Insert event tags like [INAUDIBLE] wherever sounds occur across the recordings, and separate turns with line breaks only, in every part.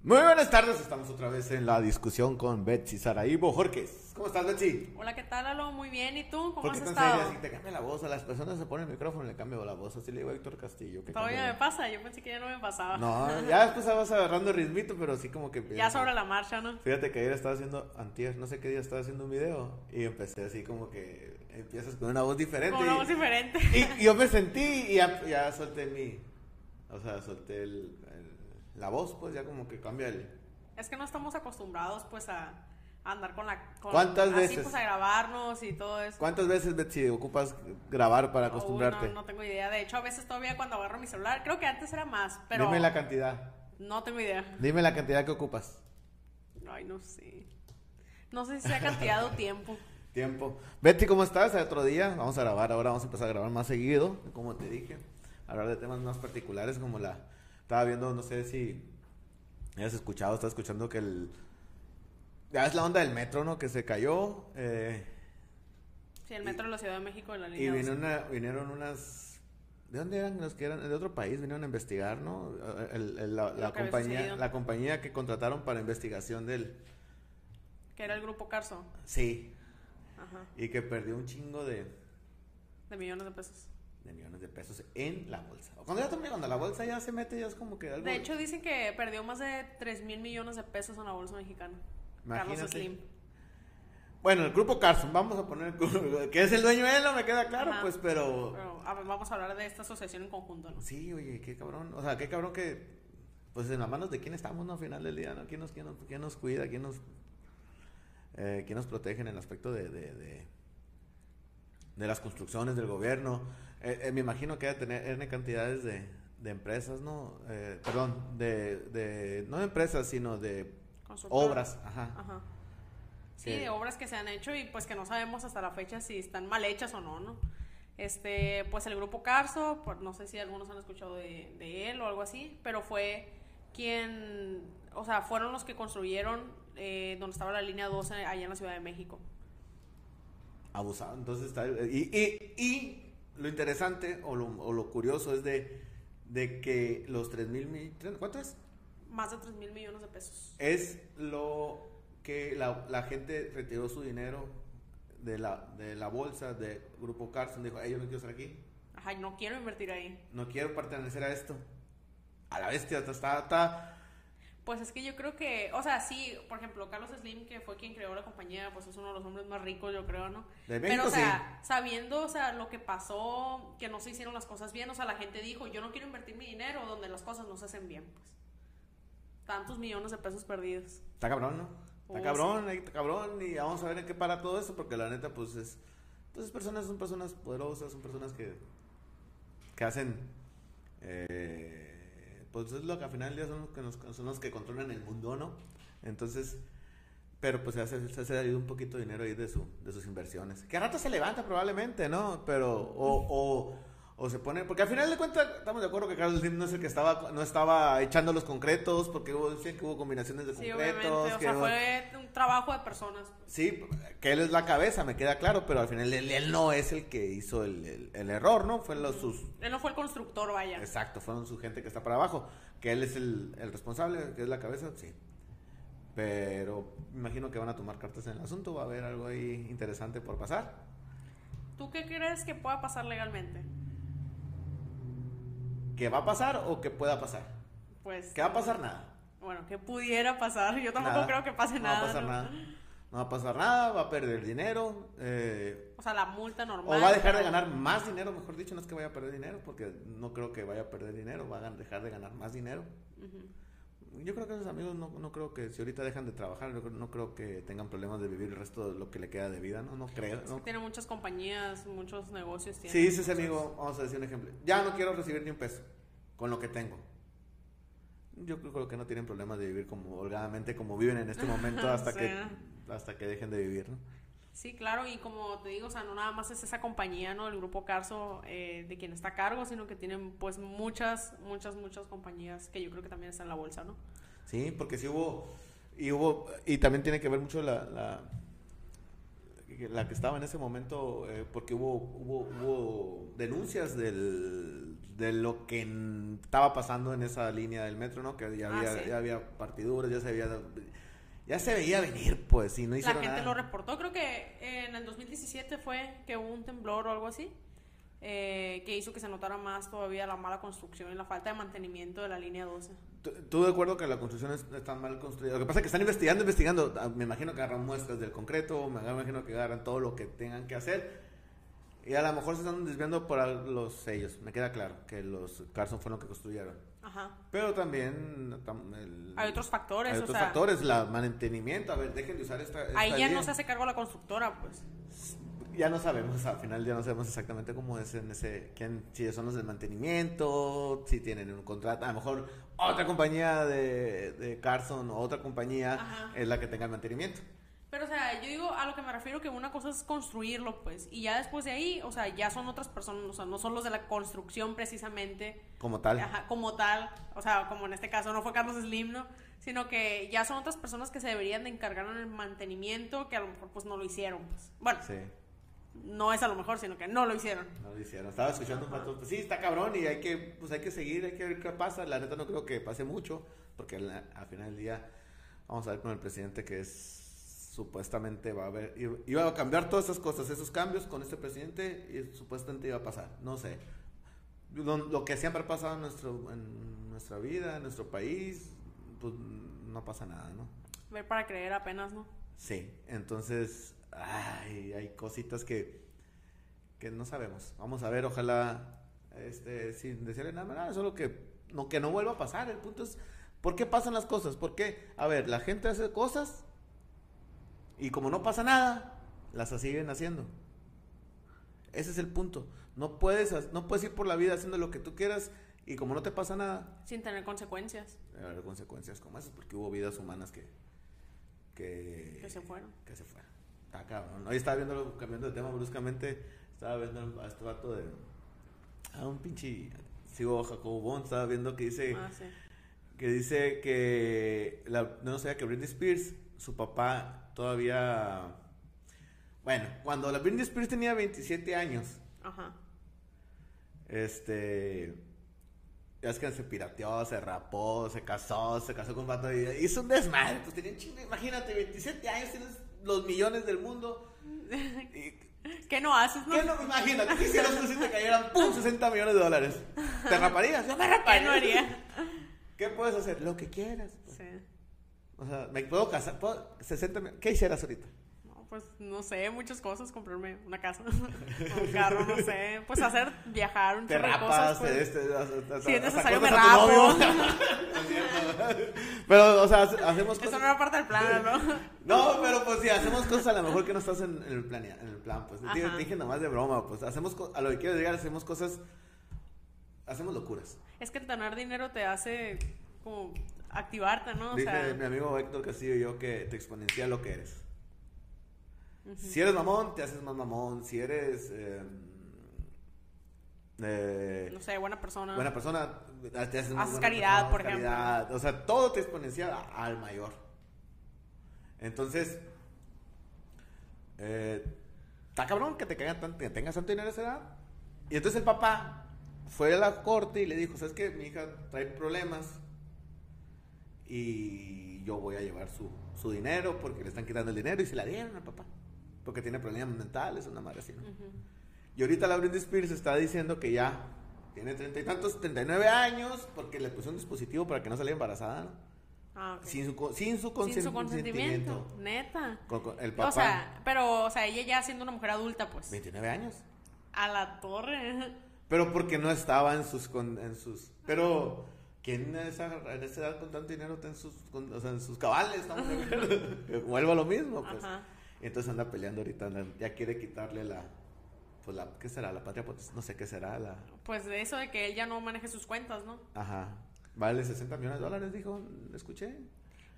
Muy buenas tardes, estamos otra vez en la discusión con Betsy Saraíbo Jorques. ¿Cómo estás, Betsy?
Hola, ¿qué tal, Lalo? Muy bien, ¿y tú? ¿Cómo
¿Por qué
has
tan
estado?
seria? Si te cambia la voz, a las personas se ponen el micrófono y le cambio la voz. Así le digo a Héctor Castillo. que
Todavía
cambie
me pasa, yo pensé que ya no me pasaba.
la
[LAUGHS]
voz. No, ya después vas agarrando ritmito, pero sí como que...
Ya sobre la marcha, ¿no?
Fíjate que ayer estaba haciendo, antier, no sé qué día estaba haciendo un video y empecé así como que empiezas con una voz diferente.
Con una
y-
voz diferente.
Y, y yo me sentí y ya, ya solté mi, o sea, solté el- el- la voz, pues ya como que cambia el...
Es que no estamos acostumbrados, pues, a a andar con la... con-
¿Cuántas
así,
veces?
pues, a grabarnos y todo eso.
¿Cuántas veces, Betsy, ocupas grabar para acostumbrarte?
Uy, no, no tengo idea. De hecho, a veces todavía cuando agarro mi celular, creo que antes era más, pero...
Dime la cantidad,
No tengo idea.
dime la cantidad que ocupas.
Ay, no sé. No sé si sea cantidad o tiempo.
Tiempo. Betty, ¿cómo estás? Otro día. Vamos a grabar ahora, vamos a empezar a grabar más seguido, como te dije. Hablar de temas más particulares, como la... Estaba viendo, no sé si has escuchado, estás escuchando que el... Ya es la onda del metro, ¿no? Que se cayó. eh,
Sí,
[LAUGHS]
el metro de la Ciudad de México de la
y
línea
vino
12.
una- vinieron unas... ¿De dónde eran los que eran? De otro país vinieron a investigar, ¿no? El- el- la, la
Lo que había
compañía,
sucedido.
la compañía que contrataron para investigación del...
Que era el grupo Carso.
Sí.
Ajá.
Y que perdió un chingo de...
De millones de pesos.
de millones de pesos en la bolsa. O Cuando ya también, cuando la bolsa ya se mete, ya es como que algo.
De hecho, dicen que perdió más de 3 mil millones de pesos en la bolsa mexicana. Carlos
Imagínate.
Slim.
Bueno, el grupo Carson, vamos a poner el grupo- que es el dueño de él, no me queda claro,
Ajá.
pues, pero
Pero a ver, vamos a hablar de esta asociación en conjunto, ¿no?
pues sí, oye, qué cabrón, o sea, qué cabrón que pues en las manos de quién estamos ¿no? al final del día, ¿no? ¿Quién nos, quién nos, quién nos cuida, quién nos eh, quién nos protege en el aspecto de de, de- de las construcciones del gobierno? Eh, eh, me imagino que va a tener N cantidades de, de empresas, ¿no? Eh, perdón, de, de no de empresas, sino de
Constructora.
Obras, ajá.
Ajá. Ah, Sí,
Que-
de obras que se han hecho y pues que no sabemos hasta la fecha si están mal hechas o no, ¿no? Este, pues el grupo Carso, por- no sé si algunos han escuchado de, de él o algo así, pero fue quien, o sea, fueron los que construyeron eh, donde estaba la línea 12 allá en la Ciudad de México.
Abusado. Entonces está. Y, y- y lo interesante o lo, o lo curioso es de, de que los 3 mil. ¿Cuánto es?
Más de 3 mil millones de pesos.
Es lo que la, la gente retiró su dinero de la, de la bolsa de Grupo Carson. Dijo, "Ey, yo no quiero estar aquí.
Ajá, no quiero invertir ahí.
No quiero pertenecer a esto. A la bestia, está. está, está-
Pues es que yo creo que, o sea, sí, por ejemplo, Carlos Slim, que fue quien creó la compañía, pues es uno de los hombres más ricos, yo creo, ¿no?
De
Pero,
México,
o sea, sabiendo, o sea, lo que pasó, que no se hicieron las cosas bien, o sea, la gente dijo, yo no quiero invertir mi dinero donde las cosas no se hacen bien, pues. Tantos millones de pesos perdidos.
está cabrón, ¿no? Está
Oh,
cabrón, ahí está cabrón. Y vamos a ver en qué para todo eso, porque la neta, pues es. Entonces, personas son personas poderosas, son personas que, que hacen. eh, pues es lo que al final del día son los que, nos- son los que controlan el mundo, ¿no? Entonces, pero pues se hace, se hace ahí un poquito de dinero ahí de, su, de sus inversiones. Que a rato se levanta probablemente, ¿no? Pero, o, o, o se pone. Porque al final de cuentas, estamos de acuerdo que Carlos Slim no es el que estaba, no estaba echando los concretos, porque hubo, decían que hubo combinaciones de
Sí,
concretos.
obviamente, o
que
sea,
hubo-
fue un trabajo de personas.
Sí, que él es la cabeza, me queda claro, pero al final él, él no es el que hizo el, el- el error, ¿no? Fueron los sus...
Él no fue el constructor, vaya.
Exacto, fueron su gente que está para abajo, que él es el, el responsable, que es la cabeza, sí. Pero me imagino que van a tomar cartas en el asunto, va a haber algo ahí interesante por pasar.
¿Tú qué crees que pueda pasar legalmente?
¿Que va a pasar o que pueda pasar?
Pues,
Que va a pasar nada.
bueno, que pudiera pasar. [LAUGHS] Yo tampoco
Nada.
creo que pase
no
nada.
va a pasar
¿no?
nada. No va a pasar nada, va a perder dinero. eh,
O sea, la multa normal.
O va a dejar de ganar más dinero, mejor dicho, no es que vaya a perder dinero, porque no creo que vaya a perder dinero, va a gan- dejar de ganar más dinero.
Ujú.
Yo creo que esos amigos no, no creo que, si ahorita dejan de trabajar, yo creo- no creo que tengan problemas de vivir el resto de lo que le queda de vida, ¿no? No creo.
Es que
¿no?
Tiene muchas compañías, muchos negocios. Tiene
Si dice ese
muchas-
amigo, vamos a decir un ejemplo, ya no quiero recibir ni un peso con lo que tengo. Yo creo que no tienen problemas de vivir como holgadamente como viven
[LAUGHS]
en este momento hasta
Sí,
que hasta que dejen de vivir, ¿no?
Sí, claro, y como te digo, o sea, no nada más es esa compañía, ¿no? El grupo Carso eh, de quien está a cargo, sino que tienen pues muchas, muchas, muchas compañías que yo creo que también están en la bolsa, ¿no?
Sí, porque sí hubo y hubo y también tiene que ver mucho la la, la que estaba en ese momento eh, porque hubo hubo hubo denuncias del de lo que en- estaba pasando en esa línea del metro, ¿no? Que ya
Ah,
había,
sí.
ya había partiduras, ya se había... Ya se veía venir, pues, y no
La
hicieron
gente
nada.
lo reportó, creo que en el 2017 fue que hubo un temblor o algo así, eh, que hizo que se notara más todavía la mala construcción y la falta de mantenimiento de la línea 12.
¿Tú- ¿Tú de acuerdo que la construcción es- está mal construida? Lo que pasa es que están investigando, investigando. Ah, Me imagino que agarran muestras del concreto, me imagino que agarran todo lo que tengan que hacer. Y a lo mejor se están desviando por al- los sellos. Me queda claro que los Carson fueron los que construyeron.
Ajá.
Pero también... tam- el-
Hay otros factores,
Hay
o
otros
sea,
factores, la mantenimiento. A ver, dejen de usar esta... esta
ahí ya
vía.
no se hace cargo la constructora, pues.
Ya no sabemos, al final ya no sabemos exactamente cómo es en ese, quién, si son los del mantenimiento, si tienen un contrato, a lo mejor otra compañía de, de Carson o otra compañía
Ajá.
es la que tenga el mantenimiento.
Pero, o sea, yo digo a lo que me refiero que una cosa es construirlo, pues, y ya después de ahí, o sea, ya son otras personas, o sea, no son los de la construcción precisamente,
Como tal,
ajá, como tal, o sea, como en este caso no fue Carlos Slim, ¿no? Sino que ya son otras personas que se deberían de encargar en el mantenimiento que a lo mejor pues no lo hicieron, pues. Bueno,
sí,
no es a lo mejor, sino que no lo hicieron.
no lo hicieron. Estaba escuchando un rato, pues sí, está cabrón y hay que, pues hay que seguir, hay que ver qué pasa. La neta no creo que pase mucho, porque la- al final del día vamos a ver con el presidente que es supuestamente va a haber, iba a cambiar todas esas cosas, esos cambios con este presidente y supuestamente iba a pasar, no sé. lo, lo que siempre ha pasado en, nuestro, en nuestra vida, en nuestro país, pues no pasa nada, ¿no?
Ver para creer apenas, ¿no?
Sí, entonces, ay, hay cositas que, que no sabemos. Vamos a ver, ojalá, este, sin decirle nada, nada, solo que no, que no vuelva a pasar. El punto es, ¿por qué pasan las cosas? ¿Por qué? A ver, la gente hace cosas y como no pasa nada, las siguen haciendo. Ese es el punto. No puedes, ha- no puedes ir por la vida haciendo lo que tú quieras y como no te pasa nada,
Sin tener consecuencias.
debe haber consecuencias como esas, porque hubo vidas humanas que. Que,
Que se fueron.
Que se fueron. Está cabrón. Hoy estaba viendo, cambiando de tema bruscamente, estaba viendo a este vato de. A un pinche. Sigo a Jacobo Bond, estaba viendo que dice.
Ah, sí.
Que dice que. la- no sabía que Britney Spears, su papá todavía. Bueno, cuando la Britney Spears tenía 27 años,
Ajá.
este. Ya es que se pirateó, se rapó, se casó, se casó con un vato y hizo un desmadre. Pues tenía un chingo, imagínate, 27 años, tienes los millones del mundo.
[LAUGHS]
Y,
¿Qué no haces, no?
¿Qué no? Imagínate, ¿qué hicieras tú si te cayeran ¡pum! 60 millones de dólares? ¿Te raparías? Yo me
¿Qué
raparía. [LAUGHS]
no haría?
¿Qué puedes hacer? Lo que quieras. pues.
Sí.
O sea, me puedo casar. puedo- 60 mil- ¿Qué hicieras ahorita?
No, pues no sé, muchas cosas, comprarme una casa, [LAUGHS] un carro, no sé, pues hacer viajar, un
Te
chorro de
rapas,
cosas, pues.
este, hasta- hasta-
Si es
hasta
necesario, me
cortas a tu
rapo.
novio. [LAUGHS] Es
[LAUGHS]
cierto. Pero, o sea, hace- hacemos
Eso
cosas.
no era parte del plan, ¿no?
No, pero pues si hacemos cosas a lo mejor que no estás en, en el, plan, en el plan, pues te
Ajá.
te dije nomás de broma, pues hacemos, co- a lo que quiero llegar, hacemos cosas, hacemos locuras.
[LAUGHS] Es que el tener dinero te hace como activarte, ¿no? O
Dice
sea,
mi amigo Héctor Castillo y yo que te exponencia lo que eres. Si eres mamón, te haces más mamón. Si eres eh, eh,
no sé, buena persona.
buena persona, te haces más
Haces
buena
caridad,
persona,
por
caridad. O sea, todo te exponencia a- al mayor. Entonces, eh, está cabrón que te caigan tan- que tengas tanto dinero a esa edad. Y entonces el papá fue a la corte y le dijo, ¿sabes qué? Mi hija trae problemas y yo voy a llevar su, su dinero porque le están quitando el dinero y se la dieron al papá. Porque tiene problemas mentales, una madre así, ¿no? Y ahorita la Britney Spears está diciendo que ya tiene treinta y tantos, 39 años porque le puso un dispositivo para que no saliera embarazada, ¿no?
Ah, ok.
Sin su, co- sin su
Sin su
consentimiento.
consentimiento, neta.
Con- con el papá.
O sea, pero, o sea, ella ya siendo una mujer adulta, pues.
29 años.
A la torre.
Pero porque no estaba en sus... con- en sus pero, ¿quién en esa, en esa edad con tanto dinero está en sus, con- o sea, en sus cabales? Estamos de acuerdo. [LAUGHS] Vuelvo a lo mismo, pues.
Ajá.
Entonces anda peleando ahorita, anda- ya quiere quitarle la... Pues la, ¿qué será? La patria, potestad, no sé qué será, la...
Pues de eso de que él ya no maneje sus cuentas, ¿no?
Ajá. Vale 60 millones de dólares, dijo, escuché.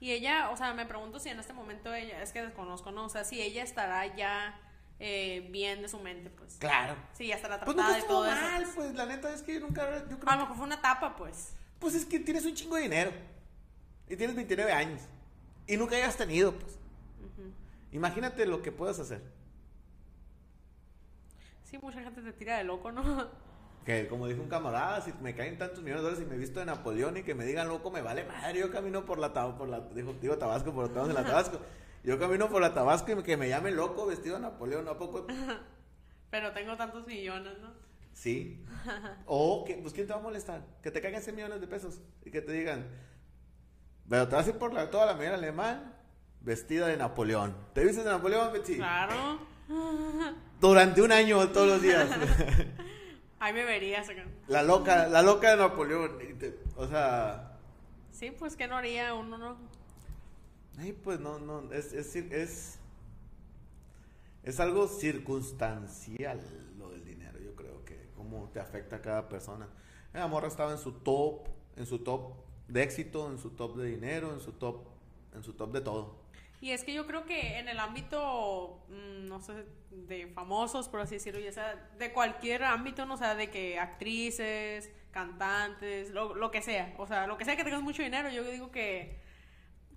Y ella, o sea, me pregunto si en este momento ella, es que desconozco, ¿no? O sea, si ella estará ya eh, bien de su mente, pues.
Claro.
Si ya estará
Pues nunca
tratada y
estuvo
todo
mal,
eso.
pues la neta es que nunca... Yo
A
creo,
lo mejor fue una etapa, pues.
pues es que tienes un chingo de dinero. Y tienes 29 años. Y nunca hayas tenido, pues. Imagínate lo que puedas hacer.
Sí, mucha gente te tira de loco, ¿no? [LAUGHS]
Que como dijo un camarada, si me caen tantos millones de dólares y me visto de Napoleón y que me digan loco, me vale madre, yo camino por la, Tab- por la dijo, digo Tabasco, por todos en la Tabasco. Yo camino por la Tabasco y que me llamen loco vestido de Napoleón, ¿a poco?
Pero tengo tantos millones, ¿no?
Sí. O que, pues quién te va a molestar, que te caigan 100 millones de pesos y que te digan, pero te vas a ir por la, toda la mañana alemán vestida de Napoleón. ¿Te vistes de Napoleón, Betsy?
Claro.
Durante un año, todos los días.
Ahí me verías acá.
la loca, la loca de Napoleón. Y te- o sea...
Sí, pues que no haría uno, ¿no?
Ay, pues no, no, es, es, cir- es, es algo circunstancial lo del dinero, yo creo que cómo te afecta a cada persona. La morra estaba en su top, en su top de éxito, en su top de dinero, en su top, en su top de todo.
Y es que yo creo que en el ámbito, mm, no sé, de famosos, por así decirlo, ya sea de cualquier ámbito, no o sea de que actrices, cantantes, lo, lo que sea, o sea, lo que sea que tengas mucho dinero, yo digo que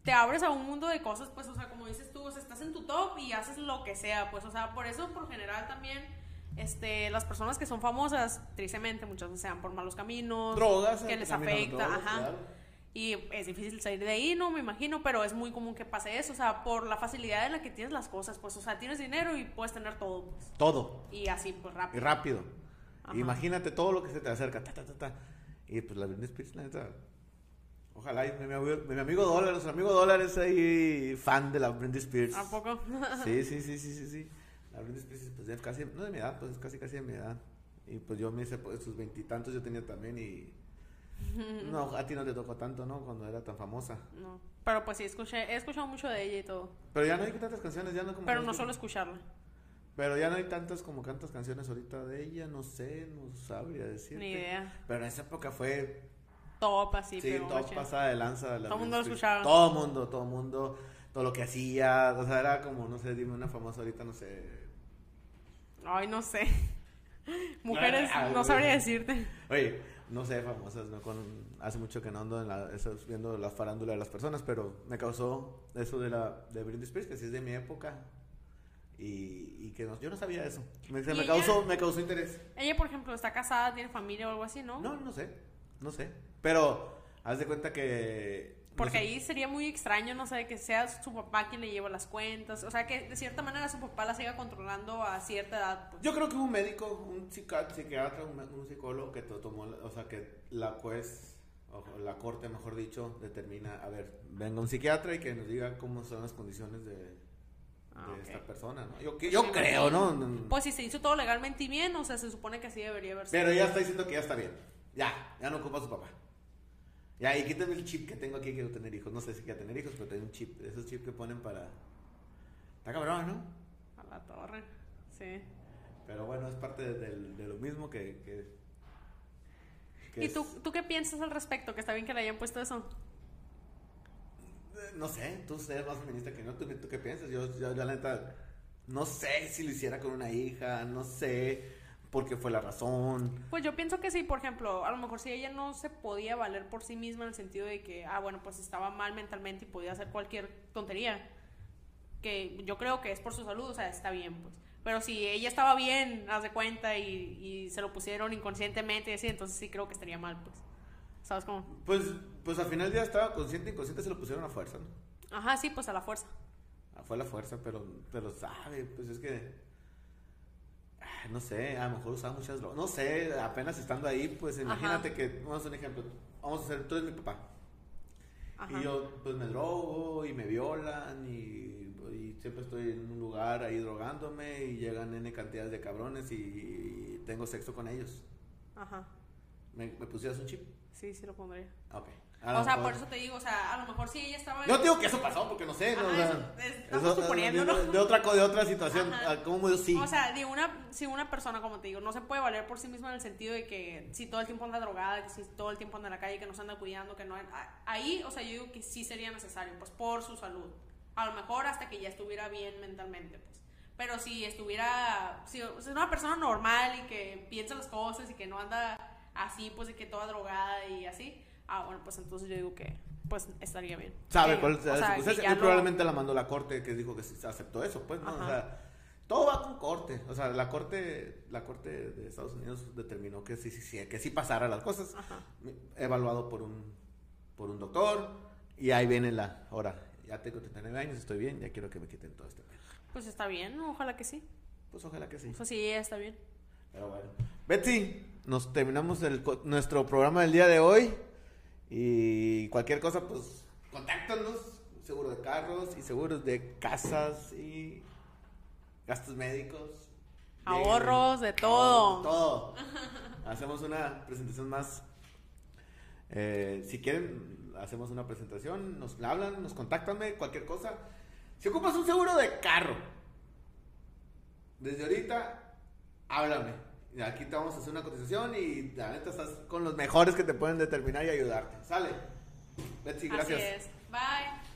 te abres a un mundo de cosas, pues, o sea, como dices tú, o sea, estás en tu top y haces lo que sea, pues, o sea, por eso, por general, también, este, las personas que son famosas, tristemente, muchas veces se van por malos caminos,
Drogas, eh,
que les
también,
afecta,
drogas,
ajá.
claro.
Y es difícil salir de ahí, no me imagino, pero es muy común que pase eso, o sea, por la facilidad en la que tienes las cosas, pues, o sea, tienes dinero y puedes tener todo, pues,
Todo,
y así, pues,
y
rápido.
rápido.
Ajá.
Imagínate todo lo que se te acerca, ta, ta, ta, ta. Y pues la Britney Spears, la neta, ojalá, y mi, mi amigo- mi amigo Dólar, nuestro amigo Dólar es ahí fan de la Britney Spears.
¿A poco?
Sí, sí, sí, sí, sí, sí. La Britney Spears, pues ya casi, no de mi edad, pues es casi, casi de mi edad. Y pues yo me hice, pues sus veintitantos yo tenía también
[LAUGHS]
y... No, a ti no te tocó tanto, ¿no? Cuando era tan famosa.
[LAUGHS] No. Pero pues sí, escuché, he escuchado mucho de ella y todo,
Pero ya no hay tantas canciones, ya no como...
pero no solo escucharla.
Pero ya no hay tantas como cantas canciones ahorita de ella, no sé, no sabría decirte.
Ni idea.
Pero en esa época fue,
Top, así,
sí,
pero
todo
oye,
pasada de lanza. la
Todo mundo
Britney
lo
Spears.
escuchaba.
Todo mundo, todo mundo, todo lo que hacía, o sea, era como, no sé, dime una famosa ahorita, no sé,
Ay, no sé. [LAUGHS] Mujeres,
Ah,
no
güey.
sabría decirte.
Oye, no sé, famosas, ¿no? Con, hace mucho que no ando en la, esas- viendo la farándula de las personas, pero me causó eso de la de Britney Spears, que sí es de mi época. Y, y que no, yo no sabía eso. Me, se
¿Y
me,
ella?
causó, me causó interés.
Ella, por ejemplo, está casada, tiene familia o algo así, ¿no?
No, no sé, no sé. Pero haz de cuenta que... no
Porque
sé,
ahí sería muy extraño, no sé, que sea su papá quien le lleva las cuentas. O sea, que de cierta manera su papá la siga controlando a cierta edad. pues.
Yo creo que hubo un médico, un psica- psiquiatra, un, un psicólogo que to- tomó, la- o sea, que la juez, o la corte, mejor dicho, determina, a ver, venga un psiquiatra y que nos diga cómo son las condiciones de,
Ah,
de
ok.
esta persona, ¿no? Yo, que- yo creo, ¿no? Mm.
Pues si se hizo todo legalmente y bien, o sea, se supone que así debería haber sido.
Pero ya está diciendo que ya está bien. Ya, ya no ocupa a su papá. Ya, y quítame el chip que tengo aquí, quiero tener hijos. No sé si quiero tener hijos, pero tengo un chip. Esos chips que ponen para... Está cabrón, ¿no?
A la torre. Sí.
Pero bueno, es parte de, del- de lo mismo que... que- que
¿Y
es-
tú, tú qué piensas al respecto? Que está bien que le hayan puesto eso.
eh, No sé, tú eres más feminista que no. ¿Tú, tú qué piensas? Yo, yo, yo, la neta, no sé si lo hiciera con una hija, no sé por qué fue la razón.
Pues yo pienso que sí, por ejemplo, a lo mejor si ella no se podía valer por sí misma en el sentido de que, ah, bueno, pues estaba mal mentalmente y podía hacer cualquier tontería, que yo creo que es por su salud, o sea, está bien, pues. Pero si ella estaba bien, haz de cuenta, y, y se lo pusieron inconscientemente y así, entonces sí creo que estaría mal, pues. ¿Sabes cómo?
Pues, pues al final ya estaba consciente, inconsciente, se lo pusieron a fuerza, ¿no?
Ajá, sí, pues a la fuerza.
Ah, Fue a la fuerza, pero, pero sabe, pues es que. ah, No sé, a lo mejor usaba muchas drogas. No sé, apenas estando ahí, pues imagínate que. Vamos a hacer un ejemplo. Vamos a hacer, tú eres mi papá.
Ajá.
Y yo, pues me drogo y me violan y, y siempre estoy en un lugar ahí drogándome y llegan N cantidades de cabrones y, tengo sexo con ellos.
Ajá.
¿Me, me pusieras un chip?
Sí, sí lo pondría.
Ok. A lo
O sea,
mejor-
por eso te digo, o sea, a lo mejor si ella estaba...
Yo te digo que eso pasó porque no sé. no,
Ajá,
o sea,
eso- estamos
eso- de,
suponiendo, ¿no?
de otra co- de otra situación,
Ajá.
ah, ¿cómo yo sí?
O sea, de una, si una persona, como te digo, no se puede valer por sí misma en el sentido de que si todo el tiempo anda drogada, que si todo el tiempo anda en la calle, que no se anda cuidando, que no... a- Ahí, o sea, yo digo que sí sería necesario, pues por su salud. A lo mejor hasta que ya estuviera bien mentalmente, pues. Pero si estuviera, si es una persona normal y que piensa las cosas y que no anda así, pues, y que toda drogada y así, ah, bueno, pues entonces yo digo que, pues, estaría bien.
¿Sabe
Que-
cuál
o
es la
sea, que
circunstancia?
ya
Y
lo-
probablemente la mandó la corte que dijo que sí se aceptó eso, pues, ¿no? O
Ajá.
sea, Todo va con corte. O sea, la corte, la corte de Estados Unidos determinó que sí, sí, sí, que sí pasara las cosas.
Ajá.
Evaluado por un, por un doctor. Y ahí viene la. Ahora, ya tengo 39 años, estoy bien, ya quiero que me quiten todo este pedo.
Pues está bien, ¿no? ojalá que sí.
Pues ojalá que sí.
Pues sí, está bien.
Pero bueno. Betsy, nos terminamos el co- nuestro programa del día de hoy. Y cualquier cosa, pues contáctanos. Seguro de carros y seguros de casas y gastos médicos.
Ahorros, de
Ahorros,
todo.
de todo. [LAUGHS] Hacemos una presentación más. Eh, si quieren, hacemos una presentación. Nos hablan, nos contactan, cualquier cosa. Si ocupas un seguro de carro, desde ahorita, háblame. Aquí te vamos a hacer una cotización y la neta estás con los mejores que te pueden determinar y ayudarte. Sale. Betsy, gracias.
Así es. Bye.